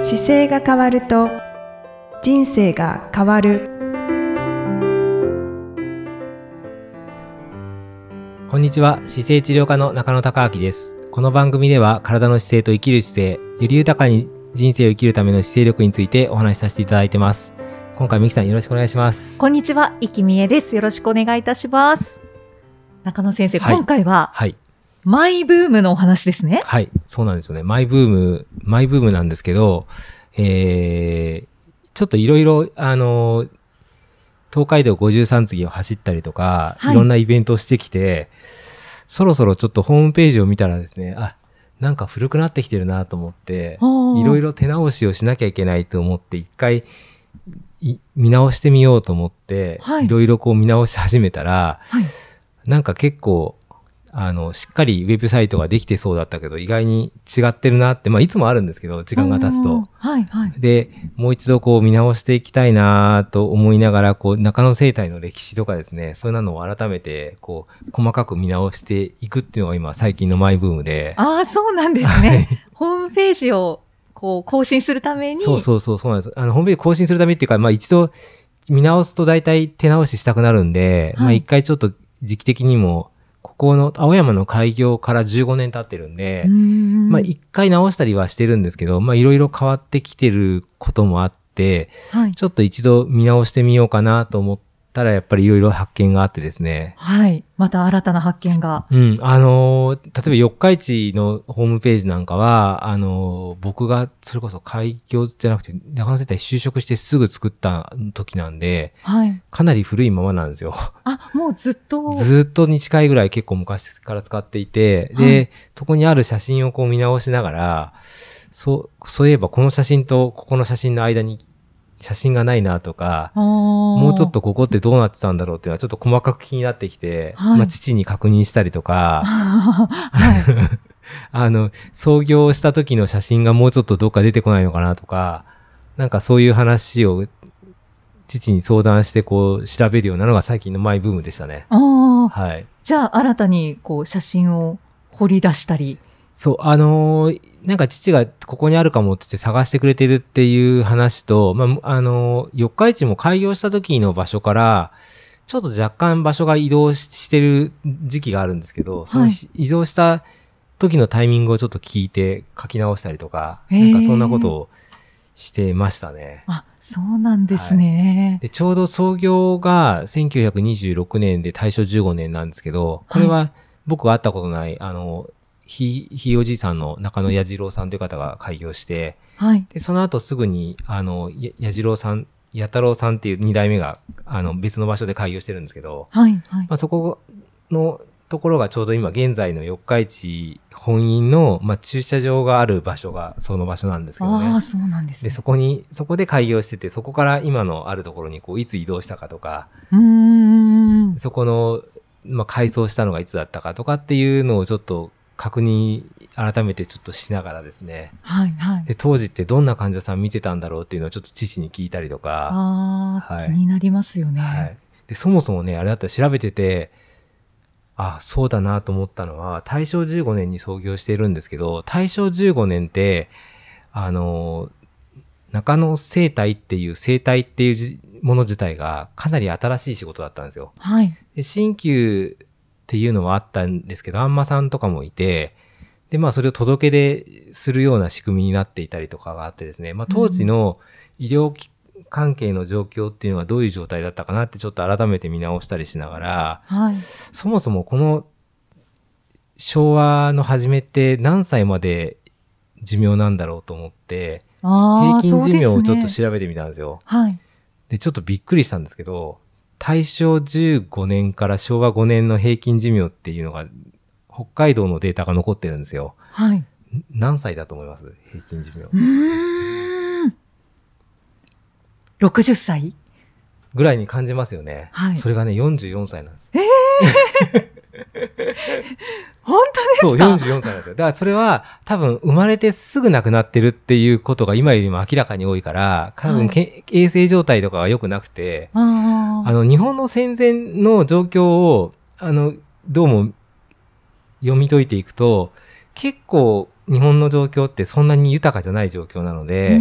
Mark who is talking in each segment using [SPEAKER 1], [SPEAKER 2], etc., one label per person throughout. [SPEAKER 1] 姿勢が変わると人生が変わる
[SPEAKER 2] こんにちは姿勢治療科の中野孝明ですこの番組では体の姿勢と生きる姿勢より豊かに人生を生きるための姿勢力についてお話しさせていただいてます今回みきさんよろしくお願いします
[SPEAKER 3] こんにちは、いきみえです。よろしくお願いいたします。中野先生、
[SPEAKER 2] はい
[SPEAKER 3] 今回は
[SPEAKER 2] はい
[SPEAKER 3] マイブームのお話ですね。
[SPEAKER 2] はいそうなんですよねマイブームマイブームなんですけどえー、ちょっといろいろあの東海道53次を走ったりとか、
[SPEAKER 3] はい
[SPEAKER 2] いろんなイベントをしてきて、そろそろちょっとホームページを見たらですね、あ、なんか古くなってきてるなと思って、い
[SPEAKER 3] い
[SPEAKER 2] ろいろ手直しをしなきゃいけないと思って、一回い見直してみようと思って、
[SPEAKER 3] はい
[SPEAKER 2] いろいろこう見直し始めたら、
[SPEAKER 3] はい
[SPEAKER 2] なんか結構、あの、しっかりウェブサイトができてそうだったけど、意外に違ってるなって、まあいつもあるんですけど、時間が経つと。。
[SPEAKER 3] はいはい。
[SPEAKER 2] で、もう一度こう見直していきたいなと思いながら、こう中野生態の歴史とかですね、そういうのを改めて、こう、細かく見直していくっていうのが今最近のマイブームで。
[SPEAKER 3] ああ、そうなんですね。ホームページをこう更新するために。
[SPEAKER 2] そうそうそう、そうなんです。あの、ホームページ更新するためっていうか、まあ一度見直すと大体手直ししたくなるんで、
[SPEAKER 3] はい
[SPEAKER 2] まあ一回ちょっと時期的にも、ここの青山の開業から15年経ってるんで、
[SPEAKER 3] うーん。
[SPEAKER 2] まあ
[SPEAKER 3] はい。
[SPEAKER 2] 一回直したりはしてるんですけど、まあいろいろ変わってきてることもあって、ちょっと一度見直してみようかなと思ったら、やっぱりいろいろ発見があってですね。
[SPEAKER 3] はい。また新たな発見が。
[SPEAKER 2] うん、あのー例えば四日市のホームページなんかは、あのー僕がそれこそ開業じゃなくて、中野世帯就職してすぐ作った時なんで、
[SPEAKER 3] はい。
[SPEAKER 2] かなり古いままなんですよ。
[SPEAKER 3] あ、もうずっと。
[SPEAKER 2] ずーっとに近いぐらい結構昔から使っていて、で、
[SPEAKER 3] はい
[SPEAKER 2] そこにある写真をこう見直しながら、そう、そういえばこの写真とここの写真の間に写真がないなとか、
[SPEAKER 3] も
[SPEAKER 2] もうちょっ。とここってどうなってたんだろうっていうのはちょっと細かく気になってきて、
[SPEAKER 3] はい
[SPEAKER 2] まあ父に確認したりとか、
[SPEAKER 3] はい。
[SPEAKER 2] あの、創業した時の写真がもうちょっとどっか出てこないのかなとか、なんかそういう話を父に相談してこう調べるようなのが最近のマイブームでしたね。
[SPEAKER 3] ああ。
[SPEAKER 2] はい。
[SPEAKER 3] じゃあ新たにこう写真を掘り出したり。
[SPEAKER 2] そう、あのーなんか父がここにあるかもって言って探してくれてるっていう話と、まあ、あのー四日市も開業した時の場所から、ちょっと若干場所が移動ししてる時期があるんですけど、その日移動した時のタイミングをちょっと聞いて書き直したりとか、
[SPEAKER 3] へー
[SPEAKER 2] なんかそんなことをしてましたね。
[SPEAKER 3] あ、そうなんですね。
[SPEAKER 2] でちょうど創業が1926年で大正15年なんですけど、これは僕が会ったことない、あの、ひ、ひいおじいさんの中野矢次郎さんという方が開業して、
[SPEAKER 3] はい。
[SPEAKER 2] で、その後すぐに、あの、や矢次郎さん、矢太郎さんっていう二代目が、あの、別の場所で開業してるんですけど、
[SPEAKER 3] はい。はい。
[SPEAKER 2] まあ、そこのところがちょうど今現在の四日市本院の、まあ、駐車場がある場所が、その場所なんですけどね。
[SPEAKER 3] ああ、そうなんです、ね。
[SPEAKER 2] で、そこに、そこで開業してて、そこから今のあるところに、こう、いつ移動したかとか、
[SPEAKER 3] うーん。
[SPEAKER 2] そこの、まあ、改装したのがいつだったかとかっていうのをちょっと確認、改めてちょっとしながらですね。
[SPEAKER 3] はいはい。
[SPEAKER 2] で、当時ってどんな患者さん見てたんだろうっていうのをちょっと父に聞いたりとか、
[SPEAKER 3] ああ、
[SPEAKER 2] はい
[SPEAKER 3] 気になりますよね。
[SPEAKER 2] はい。で、そもそもね、あれだったら調べてて、あ、そうだなと思ったのは、大正15年に創業してるんですけど、大正15年って、あの、中野生態っていう生態っていうじもの自体がかなり新しい仕事だったんですよ。
[SPEAKER 3] はい。
[SPEAKER 2] で、新旧っていうのはあったんですけど、あんまさんとかもいて、で、まあそれを届け出するような仕組みになっていたりとかがあってですね、まあ当時の医療機関係の状況っていうのはどういう状態だったかなってちょっと改めて見直したりしながら、
[SPEAKER 3] はい。
[SPEAKER 2] そもそもこの昭和の初めって何歳まで寿命なんだろうと思って、
[SPEAKER 3] あ
[SPEAKER 2] 平
[SPEAKER 3] あ、
[SPEAKER 2] 均寿命をちょっ
[SPEAKER 3] そう
[SPEAKER 2] と
[SPEAKER 3] ですね
[SPEAKER 2] 調べてみたんですよ。
[SPEAKER 3] はい。
[SPEAKER 2] で、ちょっとびっくりしたんですけど、大正15年から昭和5年の平均寿命っていうのが、北海道のデータが残ってるんですよ。
[SPEAKER 3] はい。
[SPEAKER 2] ん何歳だと思います平均寿命
[SPEAKER 3] う。ーん。60歳
[SPEAKER 2] ぐらいに感じますよね。
[SPEAKER 3] はい
[SPEAKER 2] それがね、44歳なんです。
[SPEAKER 3] 本当ですか
[SPEAKER 2] そう、44歳なんですよ。だからそれは、多分生まれてすぐ亡くなってるっていうことが今よりも明らかに多いから、多分け、衛生状態とかが良くなくて、
[SPEAKER 3] あ
[SPEAKER 2] あの、日本の戦前の状況を、あの、どうも読み解いていくと、結構日本の状況ってそんなに豊かじゃない状況なので、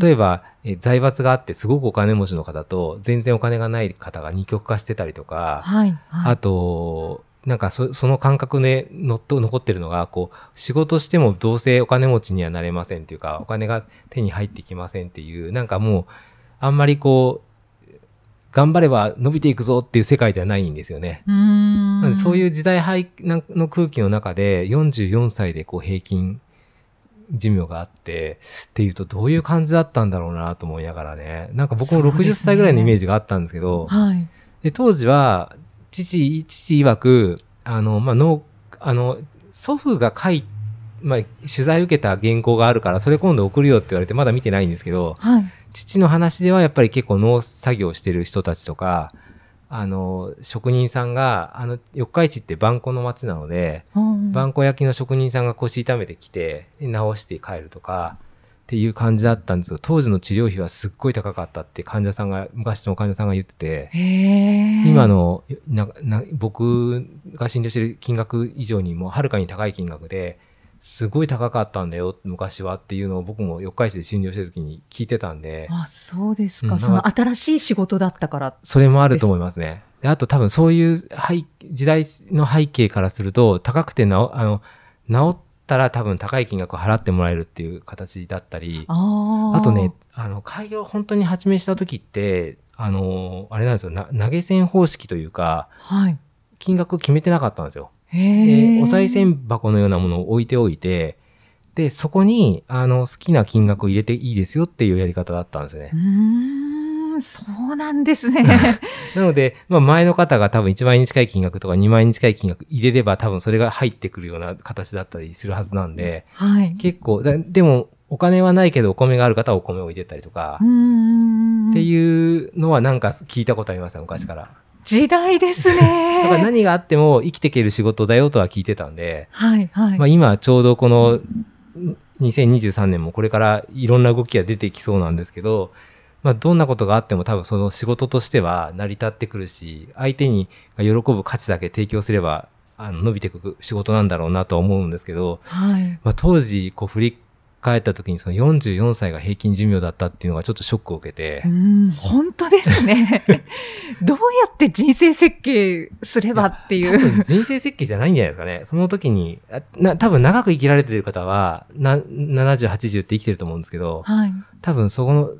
[SPEAKER 2] 例
[SPEAKER 3] え
[SPEAKER 2] えば、えー財閥があってすごくお金持ちの方と全然お金がない方が二極化してたりとか、
[SPEAKER 3] はい、はい
[SPEAKER 2] あと、なんかそその感覚でのっと残ってるのが、こう、仕事してもどうせお金持ちにはなれませんっていうか、お金が手に入ってきませんっていう、なんかもう、あんまりこう、頑張れば伸びていくぞっていう世界ではないんですよね。
[SPEAKER 3] うーん
[SPEAKER 2] なんでそういうう時代背なんの空気の中で、44歳でこう平均寿命があって、っていうとどういう感じだったんだろうなと思いながらね、なんか僕も
[SPEAKER 3] そうですね
[SPEAKER 2] 60歳ぐらいのイメージがあったんですけど、
[SPEAKER 3] はい
[SPEAKER 2] で、当時は、父、父曰く、あの、まあ、農、あの、祖父が書い、まあ、取材受けた原稿があるから、それ今度送るよって言われて、まだ見てないんですけど、
[SPEAKER 3] はい
[SPEAKER 2] 父の話ではやっぱり結構農作業してる人たちとか、あの、職人さんが、あの、四日市って番古の町なので、
[SPEAKER 3] うん
[SPEAKER 2] 番古焼きの職人さんが腰痛めてきて、で直して帰るとか、っていう感じだったんですけど、当時の治療費はすっごい高かったって患者さんが、昔の患者さんが言ってて、
[SPEAKER 3] へえ
[SPEAKER 2] 今のなな僕が診療してる金額以上にもうはるかに高い金額ですごい高かったんだよ昔はっていうのを僕も四日市で診療してる時に聞いてたんで
[SPEAKER 3] あそうで
[SPEAKER 2] う
[SPEAKER 3] す
[SPEAKER 2] ん
[SPEAKER 3] か、
[SPEAKER 2] なんか
[SPEAKER 3] その新しい仕事だったから
[SPEAKER 2] それもあると思いますね。であと多分そういう背時代の背景からすると高くてなおあの治ったら多分高い金額を払ってもらえるっていう形だったり
[SPEAKER 3] あー
[SPEAKER 2] あとね、あの、開業本当に発明した時って、あの、あれなんですよ、な投げ銭方式というか、
[SPEAKER 3] はい
[SPEAKER 2] 金額を決めてなかったんですよ。
[SPEAKER 3] へ
[SPEAKER 2] で、
[SPEAKER 3] え
[SPEAKER 2] お賽銭箱のようなものを置いておいて、で、そこに、あの、好きな金額を入れていいですよっていうやり方だったんですよね
[SPEAKER 3] う。ーんそうなんです ね
[SPEAKER 2] なので、まあ前の方が多分1万円に近い金額とか2万円に近い金額入れれば多分それが入ってくるような形だったりするはずなんで、
[SPEAKER 3] はい
[SPEAKER 2] 結構、だでもお金はないけどお米がある方はお米を入れたりとか
[SPEAKER 3] う、ん
[SPEAKER 2] っていうのはなんか聞いたことありました、昔から。
[SPEAKER 3] 時代です
[SPEAKER 2] だから
[SPEAKER 3] ね
[SPEAKER 2] 何があっても生きていける仕事だよとは聞いてたんで、
[SPEAKER 3] はいはい、
[SPEAKER 2] まあ、今ちょうどこの2023年もこれからいろんな動きが出てきそうなんですけど、まあ、どんなことがあっても多分その仕事としては成り立ってくるし相手にが喜ぶ価値だけ提供すればあの伸びてくく仕事なんだろうなとは思うんですけど、
[SPEAKER 3] はい
[SPEAKER 2] まあ、当時こう振り返った時にその44歳が平均寿命だったっていうのがちょっとショックを受けて
[SPEAKER 3] う。ん本当ですね。 どうやって人生設計すればってい
[SPEAKER 2] 多分
[SPEAKER 3] う。
[SPEAKER 2] 人生設計じゃないんじゃないですかね。その時に、あな多分長く生きられてる方は、な70、80って生きてると思うんですけど、
[SPEAKER 3] はい。
[SPEAKER 2] 多分そこの、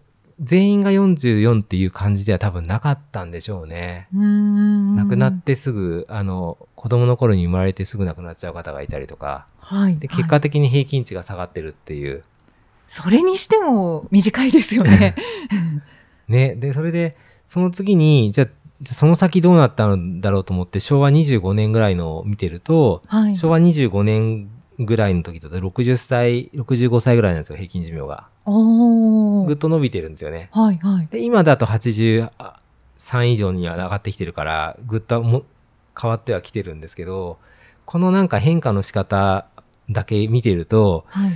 [SPEAKER 2] 全員が44っていう感じでは多分なかったんでしょうね。
[SPEAKER 3] うん
[SPEAKER 2] 亡くなっ。てすぐ、あの、子供の頃に生まれてすぐ亡くなっちゃう方がいたりとか、
[SPEAKER 3] はい。
[SPEAKER 2] で、
[SPEAKER 3] はい
[SPEAKER 2] 結果的に平均値が下がってるっていう。
[SPEAKER 3] それにしても短いです よね。
[SPEAKER 2] ね。で、それで、その次に、じゃあじゃあその先どうなったんだろうと思って、昭和25年ぐらいのを見てると、
[SPEAKER 3] はい。
[SPEAKER 2] 昭和25年ぐらいの時だと60歳、65歳ぐらいなんですよ、平均寿命が。
[SPEAKER 3] お
[SPEAKER 2] ぐっ
[SPEAKER 3] ー
[SPEAKER 2] と伸びてるんですよね。
[SPEAKER 3] はいはい。
[SPEAKER 2] で、今だと83以上には上がってきてるから、ぐっとも変わってはきてるんですけど、このなんか変化の仕方だけ見てると、
[SPEAKER 3] はい。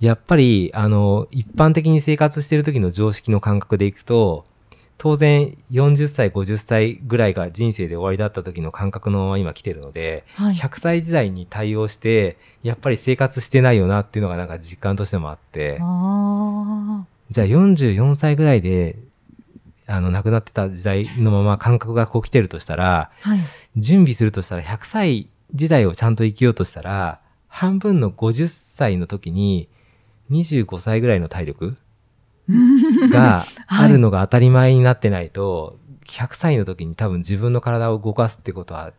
[SPEAKER 2] やっぱり、あの、一般的に生活してる時の常識の感覚でいくと、当然40歳、50歳ぐらいが人生で終わりだった時の感覚のまま今来てるので、
[SPEAKER 3] はい。
[SPEAKER 2] 100歳時代に対応して、やっぱり生活してないよなっていうのがなんか実感としてもあって、
[SPEAKER 3] あ
[SPEAKER 2] じゃあ44歳ぐらいで、あの、亡くなってた時代のまま感覚がこう来てるとしたら、
[SPEAKER 3] ーはい。
[SPEAKER 2] 準備するとしたら100歳時代をちゃんと生きようとしたら、半分の50歳の時に25歳ぐらいの体力があるのが当たり前になってないと、100歳の時に多分自分の体を動かすってことは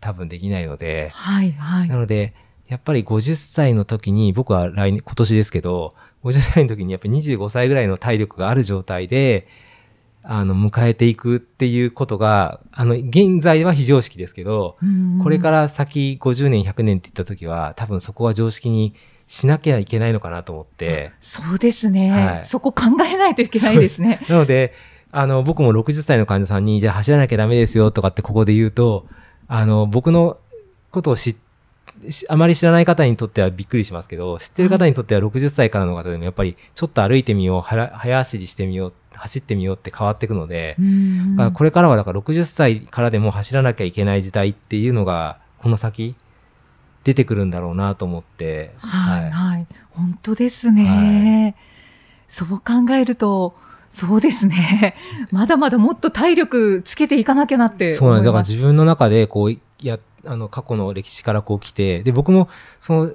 [SPEAKER 2] 多分できないので、
[SPEAKER 3] はいはい。
[SPEAKER 2] な。ので、やっぱり50歳の時に、僕は来年、今年ですけど、50歳の時にやっぱり25歳ぐらいの体力がある状態で、あの、迎えていくっていうことが、あの、現在は非常識ですけど、これからら先50年、100年っていった時は、多分そこは常識にしなきゃいけないのかなと思って、
[SPEAKER 3] そうです
[SPEAKER 2] は
[SPEAKER 3] ね
[SPEAKER 2] い。
[SPEAKER 3] そこ考えないといけないですね。
[SPEAKER 2] なので、あの、僕も60歳の患者さんに、じゃあ走らなきゃダメですよとかってここで言うと、あの、僕のことを知っしあまり知らない方にとってはびっくりしますけど、知ってる方にとっては60歳からの方でもやっぱりちょっと歩いてみよう、はら早走りしてみよう、走ってみようって変わっていくので、
[SPEAKER 3] うん
[SPEAKER 2] だからこれからはだから60歳からでも走らなきゃいけない時代っていうのが、この先、出てくるんだろうなと思って、
[SPEAKER 3] はい、
[SPEAKER 2] は
[SPEAKER 3] はい。本当ですね。そう考えると、そうですね。 まだまだもっと体力つけていかなきゃなって
[SPEAKER 2] そう
[SPEAKER 3] 思
[SPEAKER 2] なんです。
[SPEAKER 3] い
[SPEAKER 2] だから
[SPEAKER 3] ます。
[SPEAKER 2] 自分の中で、こう、いや、あの、過去の歴史からこう来て、で、僕も、その、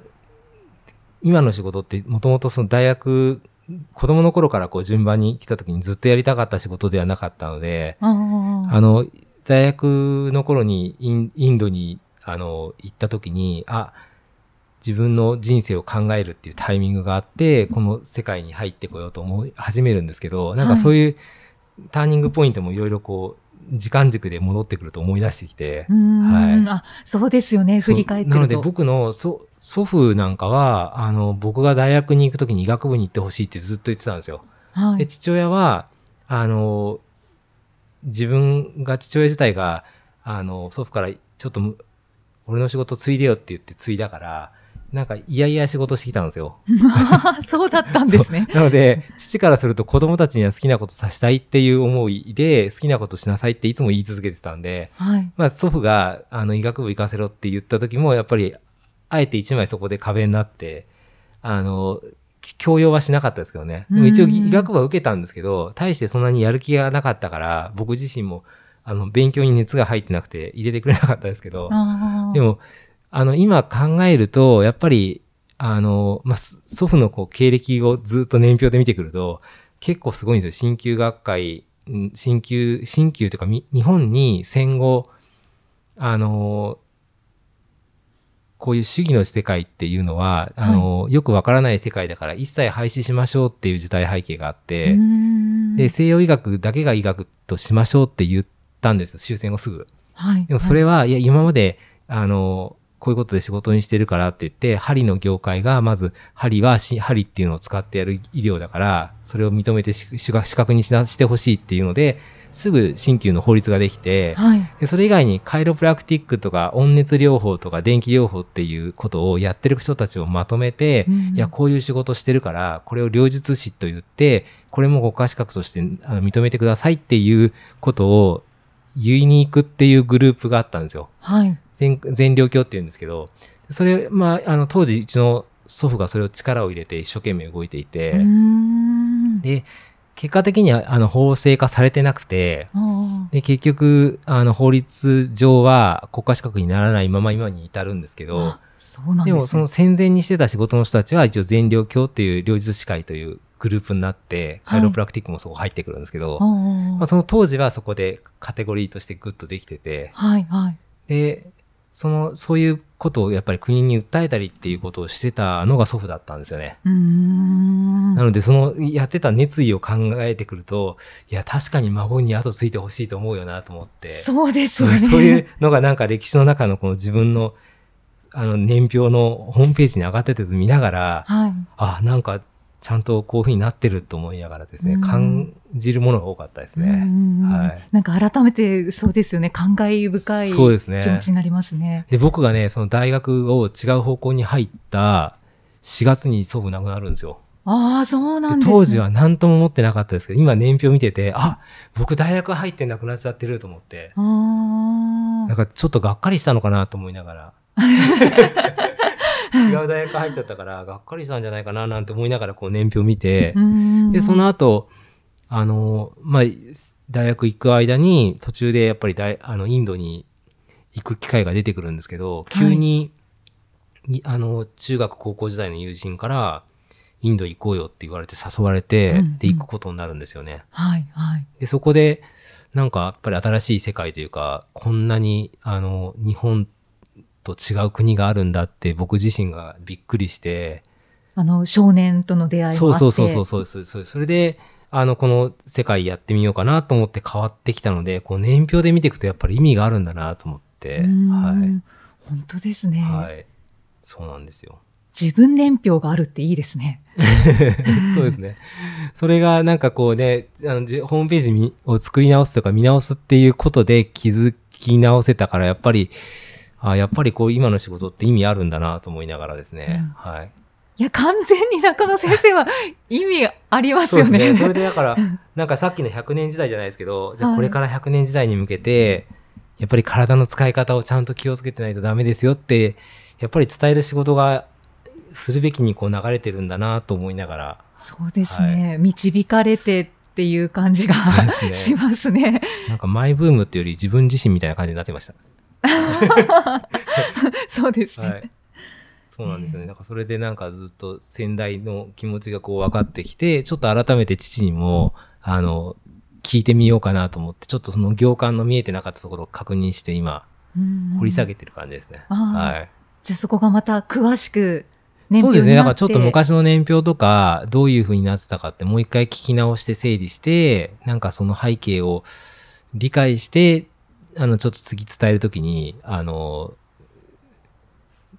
[SPEAKER 2] 今の仕事って、もともとその大学、子供の頃からこう順番に来た時にずっとやりたかった仕事ではなかったので、
[SPEAKER 3] うん
[SPEAKER 2] あの、大学の頃にインインドに、あの、行った時に、あ、自分の人生を考えるっていうタイミングがあって、この世界に入ってこようと思い始めるんですけど、なんかそういうターニングポイントもいろいろこう、時間軸で戻ってくると思い出してきて、
[SPEAKER 3] うんあそうですよね。振り返ってると。
[SPEAKER 2] なので僕の祖祖父なんかは、あの、僕が大学に行く時に医学部に行ってほしいってずっと言ってたんですよ。
[SPEAKER 3] は
[SPEAKER 2] で
[SPEAKER 3] い。
[SPEAKER 2] 父親はあの自分が父親自体があの祖父からちょっとむ俺の仕事継いでよって言って継いだからなんか嫌々仕事してきたんですよ。
[SPEAKER 3] まあ、そうだったんですね。
[SPEAKER 2] なので父からすると子供たちには好きなことさせたいっていう思いで好きなことしなさいっていつも言い続けてたんで、
[SPEAKER 3] はい。
[SPEAKER 2] まあ、祖父があの医学部行かせろって言った時もやっぱりあえて一枚そこで壁になってあの強要はしなかったですけどねでも一応
[SPEAKER 3] うん
[SPEAKER 2] 医学部は受けたんですけど大してそんなにやる気がなかったから僕自身もあの勉強に熱が入ってなくて入れてくれなかったですけど
[SPEAKER 3] あー
[SPEAKER 2] でもあの今考えるとやっぱりあの、まあ、す祖父のこう経歴をずっと年表で見てくると結構すごいんですよ鍼灸学会ん鍼灸鍼灸というかみ日本に戦後あのこういう主義の世界っていうのはあの、よくわからない世界だから一切廃止しましょうっていう時代背景があって、
[SPEAKER 3] うん
[SPEAKER 2] で西洋医学だけが医学としましょうって言ったんですよ終戦後すぐ。
[SPEAKER 3] はい。
[SPEAKER 2] でもそれは、いや、今まで、あの、こういうことで仕事にしてるからって言って、針の業界が、まず、針はし、針っていうのを使ってやる医療だから、それを認めてし資格資格にしなしてほしいっていうので、すぐ新灸の法律ができて、
[SPEAKER 3] はい。はい
[SPEAKER 2] でそれ以外にカイロプラクティックとか温熱療法とか電気療法っていうことをやってる人たちをまとめて、
[SPEAKER 3] うん
[SPEAKER 2] いやこういう仕事してるからこれを両術師と言ってこれも国家資格としてあの認めてくださいっていうことを言いに行くっていうグループがあったんですよ。
[SPEAKER 3] はい。
[SPEAKER 2] 全全量教って言うんですけどそれ、まあ、あの当時うちの祖父がそれを力を入れて一生懸命動いていて、
[SPEAKER 3] うん
[SPEAKER 2] で結果的にはあの法制化されてなくて
[SPEAKER 3] あー
[SPEAKER 2] で結局あの法律上は国家資格にならないまま今に至るんですけど
[SPEAKER 3] あそうなん
[SPEAKER 2] で
[SPEAKER 3] ですね。
[SPEAKER 2] もその戦前にしてた仕事の人たちは一応全寮教っていう両日司会というグループになって
[SPEAKER 3] は
[SPEAKER 2] カ
[SPEAKER 3] い
[SPEAKER 2] イロプラクティックもそこ入ってくるんですけど、
[SPEAKER 3] あ
[SPEAKER 2] まあ、
[SPEAKER 3] ー
[SPEAKER 2] その当時はそこでカテゴリーとしてグッとできてて
[SPEAKER 3] はい、はい。
[SPEAKER 2] でそのそういうことをやっぱり国に訴えたりっていうことをしてたのが祖父だったんですよね。
[SPEAKER 3] うーん。
[SPEAKER 2] なのでそのやってた熱意を考えてくるといや確かに孫に後ついてほしいと思うよなと思って。
[SPEAKER 3] そうで
[SPEAKER 2] そ
[SPEAKER 3] すよ
[SPEAKER 2] う
[SPEAKER 3] ね。
[SPEAKER 2] そういうのがなんか歴史の中のこの自分のあの年表のホームページに上がってたやつ見ながら、
[SPEAKER 3] はい。
[SPEAKER 2] あ、なんかちゃんとこういうふうになってると思いながらですね、
[SPEAKER 3] うん
[SPEAKER 2] 感じるものが多かったです
[SPEAKER 3] うん
[SPEAKER 2] ね。
[SPEAKER 3] うんうん
[SPEAKER 2] はい
[SPEAKER 3] なんか改めてそうですよね。感慨深い気
[SPEAKER 2] そうですね
[SPEAKER 3] 持ちになりますね。
[SPEAKER 2] で、僕がね、その大学を違う方向に入った4月に祖父亡くなるんですよ。
[SPEAKER 3] ああ、そう
[SPEAKER 2] で
[SPEAKER 3] なんです、ね、
[SPEAKER 2] 当時は何とも思ってなかったですけど、今年表見てて、あ、僕大学入ってなくなっちゃってると思って、
[SPEAKER 3] あー。
[SPEAKER 2] なんかちょっとがっかりしたのかなと思いながら。 違う大学入っちゃったから、がっかりしたんじゃないかななんて思いながらこう年表見て
[SPEAKER 3] う、ん
[SPEAKER 2] で、その後、あの、まあ、大学行く間に途中でやっぱり大あのインドに行く機会が出てくるんですけど、急に、にあの、中学高校時代の友人から、インド行こうよって言われて誘われて、
[SPEAKER 3] うんうん
[SPEAKER 2] で、行くことになるんですよね。
[SPEAKER 3] はい、はい。
[SPEAKER 2] で、そこで、なんかやっぱり新しい世界というか、こんなに、あの、日本と違う国があるんだって僕自身がびっくりして、
[SPEAKER 3] あの、少年との出会いも
[SPEAKER 2] そ
[SPEAKER 3] あっ
[SPEAKER 2] う
[SPEAKER 3] て。
[SPEAKER 2] そうそうそうそうそうそう。それで、あの、この世界やってみようかなと思って変わってきたので、こう年表で見ていくとやっぱり意味があるんだなと思って、
[SPEAKER 3] うん
[SPEAKER 2] は
[SPEAKER 3] 本当ですね、
[SPEAKER 2] い。はい。そうなんですよ。
[SPEAKER 3] 自分年表があるっていいですね。
[SPEAKER 2] そうですね。それがなんかこうね、あのじホームページみを作り直すとか見直すっていうことで気づき直せたから、やっぱり、あやっぱりこう今の仕事って意味あるんだなと思いながらですね。
[SPEAKER 3] うん
[SPEAKER 2] はい。
[SPEAKER 3] いや、完全に中野先生は意味あります
[SPEAKER 2] そう
[SPEAKER 3] よ
[SPEAKER 2] ですね。
[SPEAKER 3] ね。
[SPEAKER 2] それでだから、なんかさっきの100年時代じゃないですけど、じゃあこれから100年時代に向けて、やっぱり体の使い方をちゃんと気をつけてないとダメですよってやっぱり伝える仕事がするべきにこう流れてるんだなと思いながら。
[SPEAKER 3] そうですね、導かれてっていう感じが
[SPEAKER 2] そうです
[SPEAKER 3] し
[SPEAKER 2] ね
[SPEAKER 3] ますね。
[SPEAKER 2] なんかマイブームっていうより自分自身みたいな感じになってました。
[SPEAKER 3] そうですね。
[SPEAKER 2] はい。 そうなんですよね。なんかそれでなんかずっと先代の気持ちがこう分かってきて、ちょっと改めて父にも、あの、聞いてみようかなと思って、ちょっとその行間の見えてなかったところを確認して今、
[SPEAKER 3] うん
[SPEAKER 2] 掘り下げてる感じですね。
[SPEAKER 3] あ
[SPEAKER 2] は
[SPEAKER 3] ー
[SPEAKER 2] い。
[SPEAKER 3] じゃあそこがまた詳しく年
[SPEAKER 2] そう
[SPEAKER 3] 表
[SPEAKER 2] です
[SPEAKER 3] に
[SPEAKER 2] ね。
[SPEAKER 3] な
[SPEAKER 2] だか
[SPEAKER 3] って
[SPEAKER 2] らちょっと昔の年表とか、どういう風になってたかって、もう一回聞き直して整理して、なんかその背景を理解して、あの、ちょっと次伝えるときに、あの、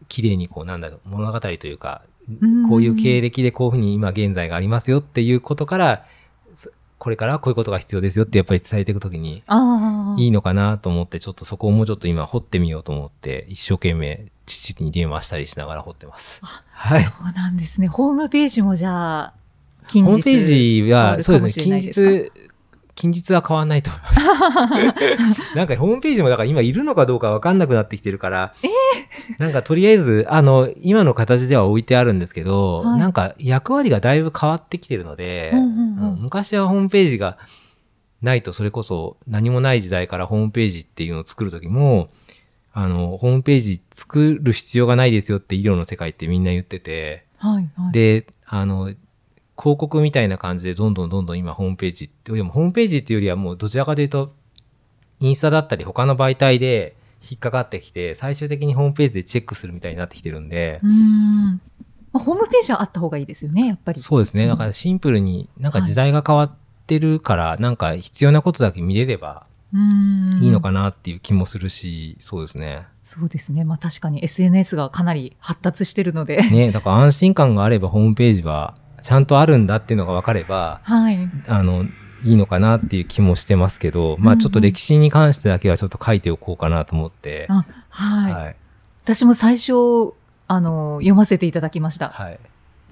[SPEAKER 2] 綺麗にこう、なんだろう、物語というか、
[SPEAKER 3] うん
[SPEAKER 2] こういう経歴でこういう風に今現在がありますよっていうことから、そこれからはこういうことが必要ですよってやっぱり伝えていくときに、
[SPEAKER 3] ああ
[SPEAKER 2] いいのかなと思って、ちょっとそこをもうちょっと今掘ってみようと思って、一生懸命父に電話したりしながら掘ってます。はい。
[SPEAKER 3] そうなんですね。ホームページもじゃあ近日
[SPEAKER 2] ホームページ
[SPEAKER 3] 変わ
[SPEAKER 2] は、
[SPEAKER 3] る
[SPEAKER 2] そう
[SPEAKER 3] か
[SPEAKER 2] で
[SPEAKER 3] も
[SPEAKER 2] す
[SPEAKER 3] し
[SPEAKER 2] ね、
[SPEAKER 3] れな
[SPEAKER 2] 近
[SPEAKER 3] いで
[SPEAKER 2] 日、
[SPEAKER 3] す
[SPEAKER 2] 近日は変わんないと思い ます。なんかホームページもだから今いるのかどうかわかんなくなってきてるから、なんかとりあえず、あの、今の形では置いてあるんですけど、
[SPEAKER 3] はい
[SPEAKER 2] なんか役割がだいぶ変わってきてるので、
[SPEAKER 3] うんうんうん
[SPEAKER 2] うん昔はホームページがないとそれこそ何もない時代からホームページっていうのを作る時も、あの、ホームページ作る必要がないですよって医療の世界ってみんな言ってて、
[SPEAKER 3] はいはい。
[SPEAKER 2] で、あの、広告みたいな感じでどんどんどんどん今ホームページって、でもホームページっていうよりはもうどちらかというと、インスタだったり他の媒体で引っかかってきて、最終的にホームページでチェックするみたいになってきてるんで
[SPEAKER 3] う、ん。まあホームページはあった方がいいですよね、やっぱり。
[SPEAKER 2] そうですね。だからシンプルになんか時代が変わってるから、なんか必要なことだけ見れれば
[SPEAKER 3] うん。
[SPEAKER 2] いいのかなっていう気もするし、そうですね。
[SPEAKER 3] そうですね。まあ確かに SNS がかなり発達してるので。
[SPEAKER 2] ね、だから安心感があればホームページはちゃんとあるんだっていうのが分かれば、
[SPEAKER 3] はい。
[SPEAKER 2] あの、いいのかなっていう気もしてますけど、まあ
[SPEAKER 3] うんうん
[SPEAKER 2] ちょっと歴史に関してだけはちょっと書いておこうかなと思って、
[SPEAKER 3] あはい。
[SPEAKER 2] はい。
[SPEAKER 3] 私も最初、あの、読ませていただきました。
[SPEAKER 2] はい。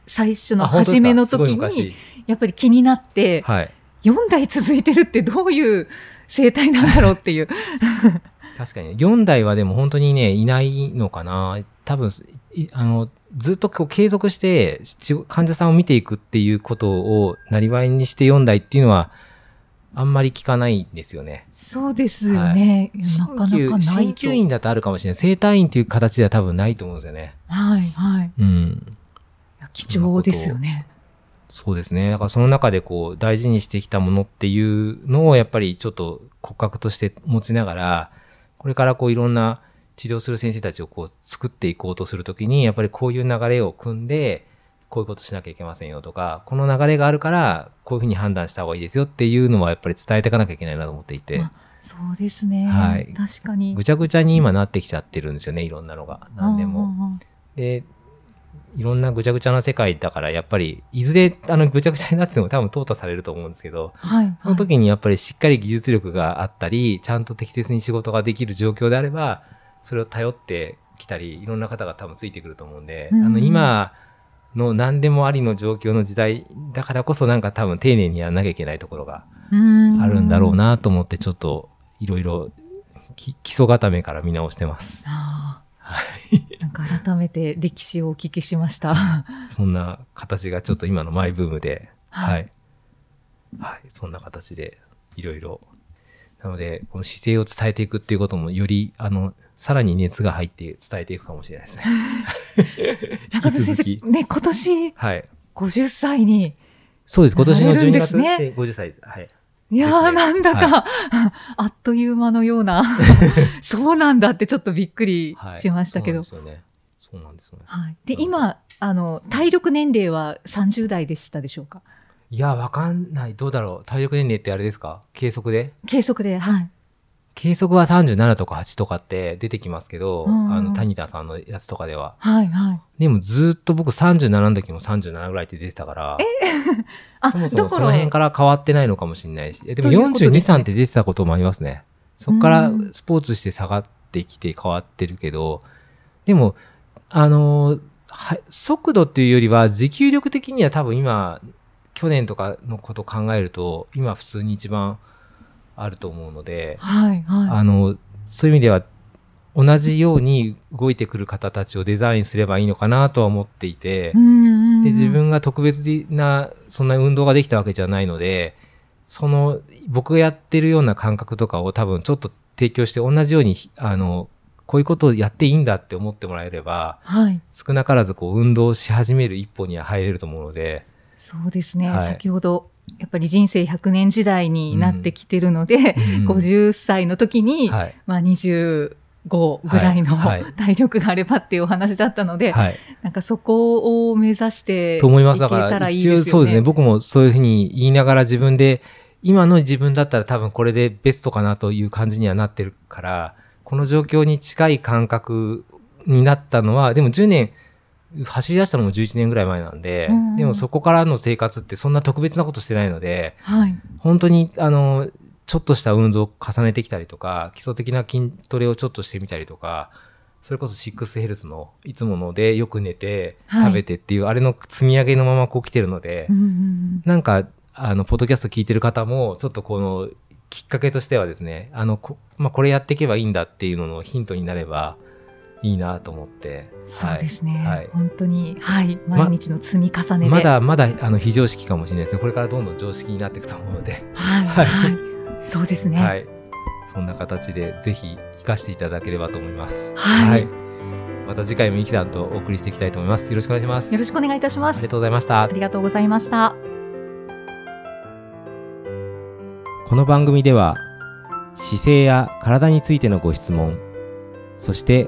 [SPEAKER 3] 最初の
[SPEAKER 2] あ本当ですか
[SPEAKER 3] 初めの時
[SPEAKER 2] すごい
[SPEAKER 3] に、
[SPEAKER 2] 昔
[SPEAKER 3] やっぱり気になって、
[SPEAKER 2] はい。
[SPEAKER 3] 4代続いてるってどういう生態なんだろうっ ていう。
[SPEAKER 2] 確かに、4代はでも本当にね、いないのかな。多分、いあの、ずっとこう継続してち患者さんを見ていくっていうことをなりわいにして4代っていうのは、あんまり聞かないんですよね。
[SPEAKER 3] そうですよね。なかな
[SPEAKER 2] 鍼
[SPEAKER 3] か
[SPEAKER 2] 灸
[SPEAKER 3] ない
[SPEAKER 2] 鍼
[SPEAKER 3] と。
[SPEAKER 2] 灸院だとあるかもしれない。整体院っていう形では多分ないと思うんですよね。
[SPEAKER 3] はいはい。
[SPEAKER 2] うん。
[SPEAKER 3] いや貴重ですよね。
[SPEAKER 2] そうですね。だからその中でこう大事にしてきたものっていうのをやっぱりちょっと骨格として持ちながら、これからこういろんな治療する先生たちをこう作っていこうとするときに、やっぱりこういう流れを組んで、こういうことしなきゃいけませんよとか、この流れがあるから、こういうふうに判断した方がいいですよっていうのはやっぱり伝えていかなきゃいけないなと思っていて
[SPEAKER 3] ま、そうですね。
[SPEAKER 2] はい
[SPEAKER 3] 確かに
[SPEAKER 2] ぐ。ちゃぐちゃに今なってきちゃってるんですよね、いろんなのが。何で
[SPEAKER 3] う
[SPEAKER 2] も。
[SPEAKER 3] んうんうん
[SPEAKER 2] で、いろんなぐちゃぐちゃな世界だから、やっぱり、いずれ、あの、ぐちゃぐちゃになっても多分淘汰されると思うんですけど、
[SPEAKER 3] はいはい。
[SPEAKER 2] その時にやっぱりしっかり技術力があったり、ちゃんと適切に仕事ができる状況であれば、それを頼ってきたり、いろんな方が多分ついてくると思うんで、
[SPEAKER 3] うん
[SPEAKER 2] あの今の何でもありの状況の時代だからこそなんか多分丁寧にやらなきゃいけないところがあ
[SPEAKER 3] あ
[SPEAKER 2] るんだろう。なと思って、ちょっといろいろき基礎固めから見直してます。
[SPEAKER 3] あ
[SPEAKER 2] は。
[SPEAKER 3] ーなんか改めて歴史をお聞きしました。はい。
[SPEAKER 2] そんな形がちょっと今のマイブームではいい。はい。そんな形で、いろいろ。なので、この姿勢を伝えていくっていうことも、より、あの、さらに熱が入って伝えていくかもしれないです ね。
[SPEAKER 3] 中津
[SPEAKER 2] 引
[SPEAKER 3] 先
[SPEAKER 2] き
[SPEAKER 3] 生、ね、今年
[SPEAKER 2] はい。
[SPEAKER 3] 50歳に、
[SPEAKER 2] そうです。今年の
[SPEAKER 3] なれる
[SPEAKER 2] 12
[SPEAKER 3] んです
[SPEAKER 2] 月
[SPEAKER 3] ね
[SPEAKER 2] で50歳です。はい。
[SPEAKER 3] いやー、
[SPEAKER 2] ですね
[SPEAKER 3] なんだか、 あっという間のよう な、そうなんだってちょっとびっくり
[SPEAKER 2] はい。
[SPEAKER 3] しましたけど。
[SPEAKER 2] そうなんですよね。そうなんです。そうなんです
[SPEAKER 3] はい、で、今、あの、体力年齢は30代でしたでしょうか
[SPEAKER 2] いや、わかんない。どうだろう。体力年齢ってあれですか計測で
[SPEAKER 3] 計測で、はい。
[SPEAKER 2] 計測は37とか8とかって出てきますけど、
[SPEAKER 3] うんうん
[SPEAKER 2] あの、谷田さんのやつとかでは。
[SPEAKER 3] はい、はい。
[SPEAKER 2] でもずっと僕37の時も37ぐらいって出てたから。
[SPEAKER 3] あ、
[SPEAKER 2] そもそも
[SPEAKER 3] だか
[SPEAKER 2] そ
[SPEAKER 3] ら
[SPEAKER 2] の辺から変わってないのかもしれないし、えでも
[SPEAKER 3] ということ
[SPEAKER 2] 42、
[SPEAKER 3] ですね
[SPEAKER 2] 3って出てたこともありますね。そこから
[SPEAKER 3] うん
[SPEAKER 2] スポーツして下がってきて変わってるけど、でも、あのーは速度っていうよりは、持久力的には多分今、去年とかのことを考えると、今普通に一番あると思うので、
[SPEAKER 3] はい、はい。
[SPEAKER 2] あの、そういう意味では、同じように動いてくる方たちをデザインすればいいのかなとは思っていて、で自分が特別なそんな運動ができたわけじゃないのでその僕がやってるような感覚とかを多分ちょっと提供して同じようにあのこういうことをやっていいんだって思ってもらえれば
[SPEAKER 3] はい、
[SPEAKER 2] 少なからずこう運動し始める一歩には入れると思うので、
[SPEAKER 3] そうですね、
[SPEAKER 2] はい
[SPEAKER 3] 先ほどやっぱり人生100年時代になってきてるので、
[SPEAKER 2] うん
[SPEAKER 3] 50歳の時に、
[SPEAKER 2] はい
[SPEAKER 3] まあ、25ぐらいの、
[SPEAKER 2] はいはい
[SPEAKER 3] 体力があればっていうお話だったので、
[SPEAKER 2] はい、
[SPEAKER 3] なんかそこを目指して
[SPEAKER 2] と思いますだ
[SPEAKER 3] いけ
[SPEAKER 2] か
[SPEAKER 3] た
[SPEAKER 2] ら
[SPEAKER 3] らいいです
[SPEAKER 2] 一
[SPEAKER 3] よね。
[SPEAKER 2] 応そうですね僕もそういうふうに言いながら自分で今の自分だったら多分これでベストかなという感じにはなってるからこの状況に近い感覚になったのはでも10年走り出したのも11年ぐらい前なんで、
[SPEAKER 3] うん
[SPEAKER 2] でもそこからの生活ってそんな特別なことしてないので
[SPEAKER 3] はい、
[SPEAKER 2] 本当にあのちょっとした運動を重ねてきたりとか基礎的な筋トレをちょっとしてみたりとかそれこそシックスヘルスのいつものでよく寝て
[SPEAKER 3] はい
[SPEAKER 2] 食べてっていう、あれの積み上げのままこう来てるので、
[SPEAKER 3] うんうんうん
[SPEAKER 2] なんかあのポッドキャスト聞いてる方もちょっとこのきっかけとしてはですねあのこ,、まあ、これやっていけばいいんだっていうののヒントになればいいなと思って
[SPEAKER 3] そうですね、
[SPEAKER 2] はい
[SPEAKER 3] 本当に、はい、
[SPEAKER 2] ま
[SPEAKER 3] 毎日の積み重ねで、
[SPEAKER 2] まだまだあの非常識かもしれないですねこれからどんどん常識になっていくと思うので。
[SPEAKER 3] はい、
[SPEAKER 2] はい
[SPEAKER 3] はい、そうですね。
[SPEAKER 2] はい、そんな形でぜひ活かしていただければと思います。
[SPEAKER 3] はい
[SPEAKER 2] また次回もイキさんとお送りしていきたいと思います。よろしくお願いします。
[SPEAKER 3] よろしくお願いいたしま
[SPEAKER 2] あ
[SPEAKER 3] す。
[SPEAKER 2] りがとうございました
[SPEAKER 3] あ。りがとうございました。
[SPEAKER 2] この番組では姿勢や体についてのご質問そして